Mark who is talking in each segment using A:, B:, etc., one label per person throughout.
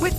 A: With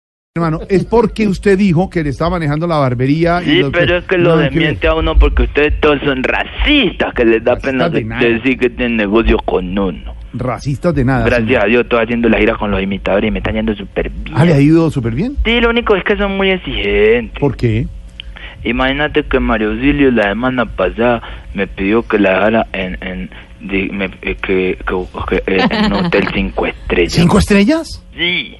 B: Hermano, es porque usted dijo que le estaba manejando la barbería. y
C: Sí,
B: los-
C: pero es que lo
B: No,
C: desmiente a uno porque ustedes todos son racistas, que les da pena
B: Racistas de
C: de-
B: nada.
C: decir que tienen negocio con uno.
B: Racistas de nada.
C: Gracias
B: señor.
C: a Dios, estoy haciendo la gira con los imitadores y me están yendo súper bien.
B: Ah, le ha ido súper bien.
C: Sí, lo único es que son muy exigentes.
B: ¿Por qué?
C: Imagínate que Mario Auxilio la semana pasada me pidió que la dejara en, en, di- me- eh, que, que- que, eh, en un hotel cinco estrellas.
B: ¿Cinco pues, estrellas?
C: Sí.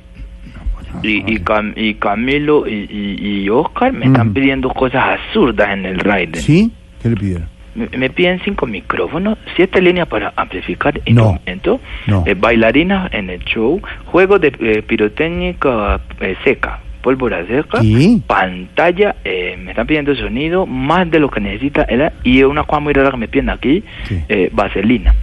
C: Y, y, Cam- y Camilo y, y, y Oscar me
B: Ujú.
C: están pidiendo cosas absurdas en el Raiden.
B: Mm. ¿Sí? ¿Qué le pidieron?
C: Me, me piden cinco micrófonos, siete líneas para amplificar
B: No.
C: instrumentos,
B: No.
C: eh, bailarinas en el show, juego de eh, pirotécnica eh, seca, pólvora seca,
B: Sí.
C: pantalla, eh, me están pidiendo sonido, más de lo que necesita, era- y una cosa muy rara que me piden aquí,
B: Sí.
C: eh, vaselina.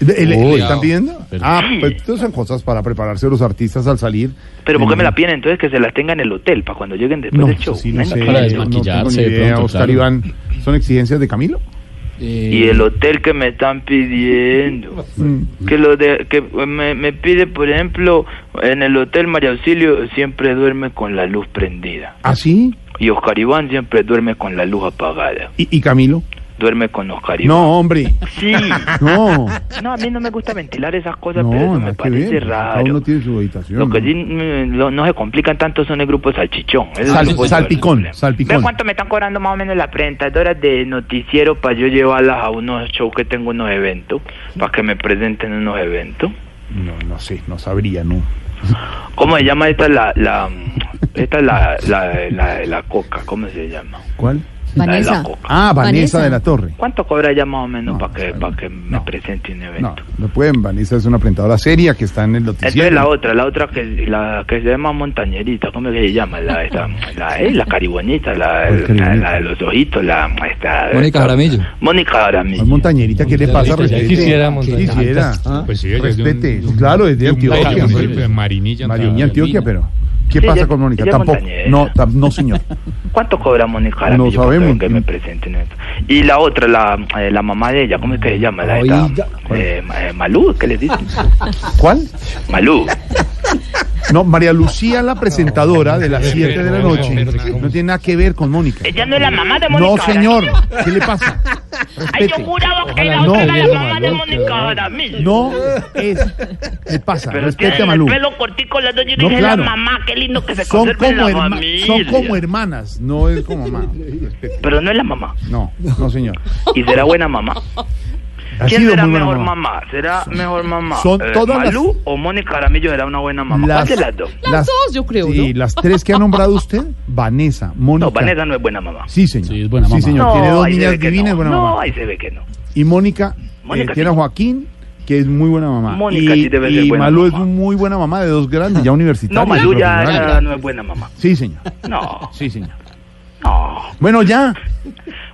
B: ¿Le, le- le están pidiendo? Ah,
C: Sí.
B: pues entonces son cosas para prepararse los artistas al salir.
C: Pero ¿por qué me la
B: Eh,
C: piden entonces que se las tenga en el hotel para cuando lleguen después
B: No,
C: del
B: eso
C: show?
B: sí, no
C: Bueno,
B: sé.
D: Para
B: no
D: desmaquillarse
B: tengo ni
D: de
B: idea.
D: pronto,
B: Oscar
D: claro.
B: Iván, ¿son exigencias de Camilo?
D: Eh,
C: Y el hotel que me están pidiendo.
B: Mm.
C: Que lo de, que me, me pide, por ejemplo, en el hotel María Auxilio siempre duerme con la luz prendida.
B: ¿Ah, sí?
C: Y Oscar Iván siempre duerme con la luz apagada.
B: ¿Y, y Camilo?
C: Duerme con Oscar Iván.
B: No, hombre.
C: Sí.
B: No.
C: No, a mí no me gusta ventilar esas cosas,
B: No,
C: pero eso
B: nada
C: me
B: que
C: parece
B: ver. Cada
C: raro.
B: uno tiene su habitación.
C: Lo que
B: ¿no?
C: sí mm, lo- no se complican tanto son el grupo Salchichón. Eso
B: Sal-
C: sí puede ser
B: salpicón,
C: un problema.
B: salpicón.
C: ¿Ve cuánto me están cobrando más o menos las presentadoras de noticiero para yo llevarlas a unos shows que tengo, unos eventos? Para que me presenten unos eventos.
B: No, no sé, no sabría, no.
C: ¿Cómo se llama esta la... la esta la, la, la de la coca, ¿cómo se llama?
B: ¿Cuál?
C: La de
E: Vanessa.
C: la coca.
B: Ah, Vanessa,
E: Vanessa.
B: de la Torre.
C: ¿Cuánto cobra ya más o menos
B: No,
C: para que,
B: no,
C: para que me
B: no.
C: presente un
B: No,
C: evento?
B: no pueden, Vanessa es una presentadora seria que está en el
C: Esta
B: noticiero.
C: es la otra, la otra que la que se llama montañerita, ¿cómo es que se llama? La esta, la, eh, la caribonita, la,
B: ¿Cuál
C: la,
B: caribonita?
C: la de los ojitos, la esta,
D: Mónica
C: esta-
D: Jaramillo.
C: Mónica Jaramillo.
B: Ay, montañerita, ¿qué le pasa?
D: Montañerita, ya
B: Respete.
D: quisiera montañerita.
B: Quisiera.
F: Pues sí, ella es de un-
B: Respete.
F: de un-
B: claro, es de
F: de un
B: Antioquia.
F: país,
B: Mario-
F: de Marinilla,
B: Mariuña,
F: Antioquia.
B: Antioquia, pero. ¿Qué
C: Sí,
B: pasa
C: ella-
B: con Mónica?
C: ella
B: Tampoco.
C: montañera.
B: No, tam- no, señor.
C: ¿Cuánto cobra Mónica
B: No
C: Jaramillo para
B: sabemos.
C: que me presente en esto? Y la otra, la, eh, la mamá de ella, ¿cómo es que se llama? La esta,
D: Oiga.
C: eh, ma- eh, Malú, ¿qué le dicen?
B: ¿Cuál?
C: Malú.
B: No, María Lucía, la presentadora de las 7 de la
F: no,
B: noche,
F: no, no, no.
B: no tiene nada que ver con Mónica.
C: Ella no es la mamá de
B: No,
C: Mónica
B: señor.
C: Jaramillo.
B: ¿Qué le pasa?
C: Ay, yo
B: Respete.
C: juraba que
D: Ojalá
C: la
D: no,
C: otra era la
D: Diego,
C: mamá de
D: Malú,
C: Mónica Jaramillo.
B: No es. ¿Qué pasa?
C: Pero
B: Respete a
C: tienen
B: Malú.
C: el pelo cortico las dos, yo
B: No,
C: dije,
B: claro.
C: la mamá, qué lindo que se
B: Son
C: conserve
B: como,
C: la
B: herma-
C: familia.
B: son como hermanas, no es como mamá. Respete.
C: Pero no es la mamá.
B: No, no, señor.
C: y será buena mamá.
B: Ha
C: ¿Quién
B: sido
C: será
B: muy buena
C: mejor
B: mamá.
C: mamá? ¿Será mejor mamá? eh,
B: Son todas
C: ¿Malú
B: las-
C: o Mónica Aramillo será una buena mamá? ¿Cuál de las dos?
E: Las dos, yo creo,
B: Sí,
E: ¿no?
B: las tres que ha nombrado usted, Vanessa, Mónica.
C: No, Vanessa no es buena mamá.
B: Sí, señor.
D: Sí, es buena mamá.
B: señor.
C: No,
B: Tiene dos
C: ahí se
B: niñas
C: ve que
B: divinas,
C: no.
B: buena
C: no,
B: mamá.
C: ahí se ve que no.
B: Y Mónica, eh,
C: Mónica
B: tiene a
C: sí.
B: Joaquín, que es muy buena mamá.
C: Mónica
B: y
C: sí debe ser
B: y
C: buena
B: Malú
C: mamá.
B: es muy buena mamá de dos grandes, ya universitarios.
C: No, Malú ya,
B: profesionales.
C: ya no es buena mamá.
B: Sí, señor.
C: No,
B: Sí, señor.
C: no.
B: Bueno, ya,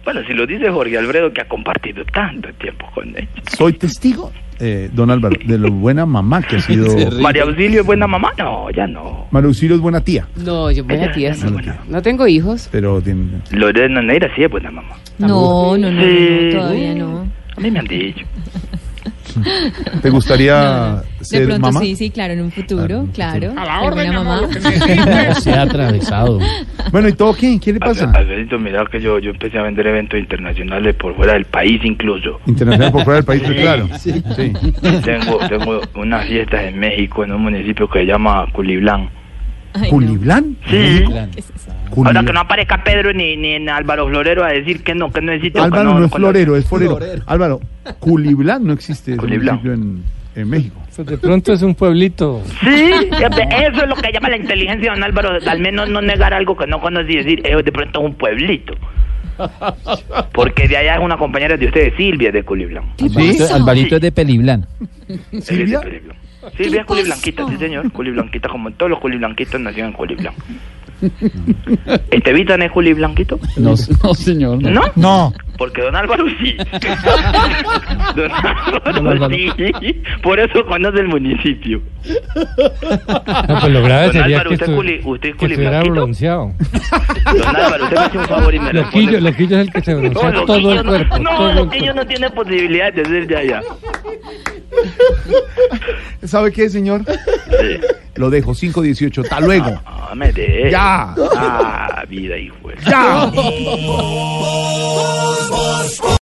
C: Bueno, si lo dice Jorge Alfredo, que ha compartido tanto tiempo con ella.
B: soy testigo, eh, don Álvaro, de lo buena mamá que ha sido.
D: Se ríe.
C: ¿María Auxilio es buena mamá? No, ya no.
B: Malucilio es buena tía,
G: No, yo voy
C: Ella
G: a ti
C: ya
G: así.
C: no es buena mamá.
G: No tengo hijos.
B: pero tiene-
C: Lorena Neira sí es buena mamá.
E: No, no, no, no,
C: Sí.
E: no, todavía no.
C: A mí me han dicho.
B: ¿te gustaría
E: De
B: ser
E: pronto
B: mamá? Ah,
E: sí, sí, claro, en un futuro, claro.
F: A la
E: ser
F: orden,
E: buena
F: amor, lo que
D: No se ha atravesado.
B: Bueno, ¿y todo qué? ¿Qué le pasa?
C: Alfredito, mira que yo, yo empecé a vender eventos internacionales por fuera del país incluso.
B: Internacional por fuera del país, pues, claro. Sí.
C: Tengo, tengo unas fiestas en México, en un municipio que se llama Culiblán.
E: Ay, no.
B: ¿Culiblán?
C: Sí.
B: Culi-
C: Ahora que no aparezca Pedro ni, ni en Álvaro Florero a decir que no, que no existe. que
B: Álvaro no es
C: que
B: florero, es forero. Álvaro, Culiblán no existe es un
C: Culiblán.
B: municipio en, en México.
D: De pronto es un pueblito.
C: Sí, eso es lo que llama la inteligencia de don Álvaro, al menos no negar algo que no conoce y decir, eh, de pronto es un pueblito. Porque de allá es una compañera de ustedes, Silvia de Culiblán.
E: ¿Qué
D: Alvarito,
E: pasa?
D: Alvarito es de Peliblán.
C: Ella es de
B: ¿Silvia?
C: Culiblán. Sí,
E: le
C: es culiblanquita,
E: pasó?
C: sí señor, culiblanquita, como todos los culiblanquitos nacieron en culiblanco. ¿Estevita no es culiblanquito?
D: No, no, señor.
C: ¿No?
B: No.
C: Porque don Álvaro sí. don
D: Don
C: Álvaro
D: Álvaro.
C: sí. Por eso conoce el municipio.
F: Ah.
D: No, pues lo grave
C: Don
D: sería
C: Álvaro,
D: que,
C: usted
D: estu-
C: culi- usted es
D: que estuviera
C: culiblanquito.
D: bronceado.
C: Don Álvaro, usted me hace un favor y me
D: Loquillo,
C: responde.
D: loquillo es el que se broncea
C: no,
D: todo
C: Loquillo
D: el cuerpo.
C: no,
D: todo
C: no,
D: el
C: Loquillo
D: cuerpo.
C: no tiene posibilidad de ser ya, ya.
B: ¿Sabe qué, señor?
C: Sí.
B: Lo dejo, 518. Hasta luego.
C: Ah, me de.
B: Ya.
C: Ah, vida, hijo. de-
B: Ya.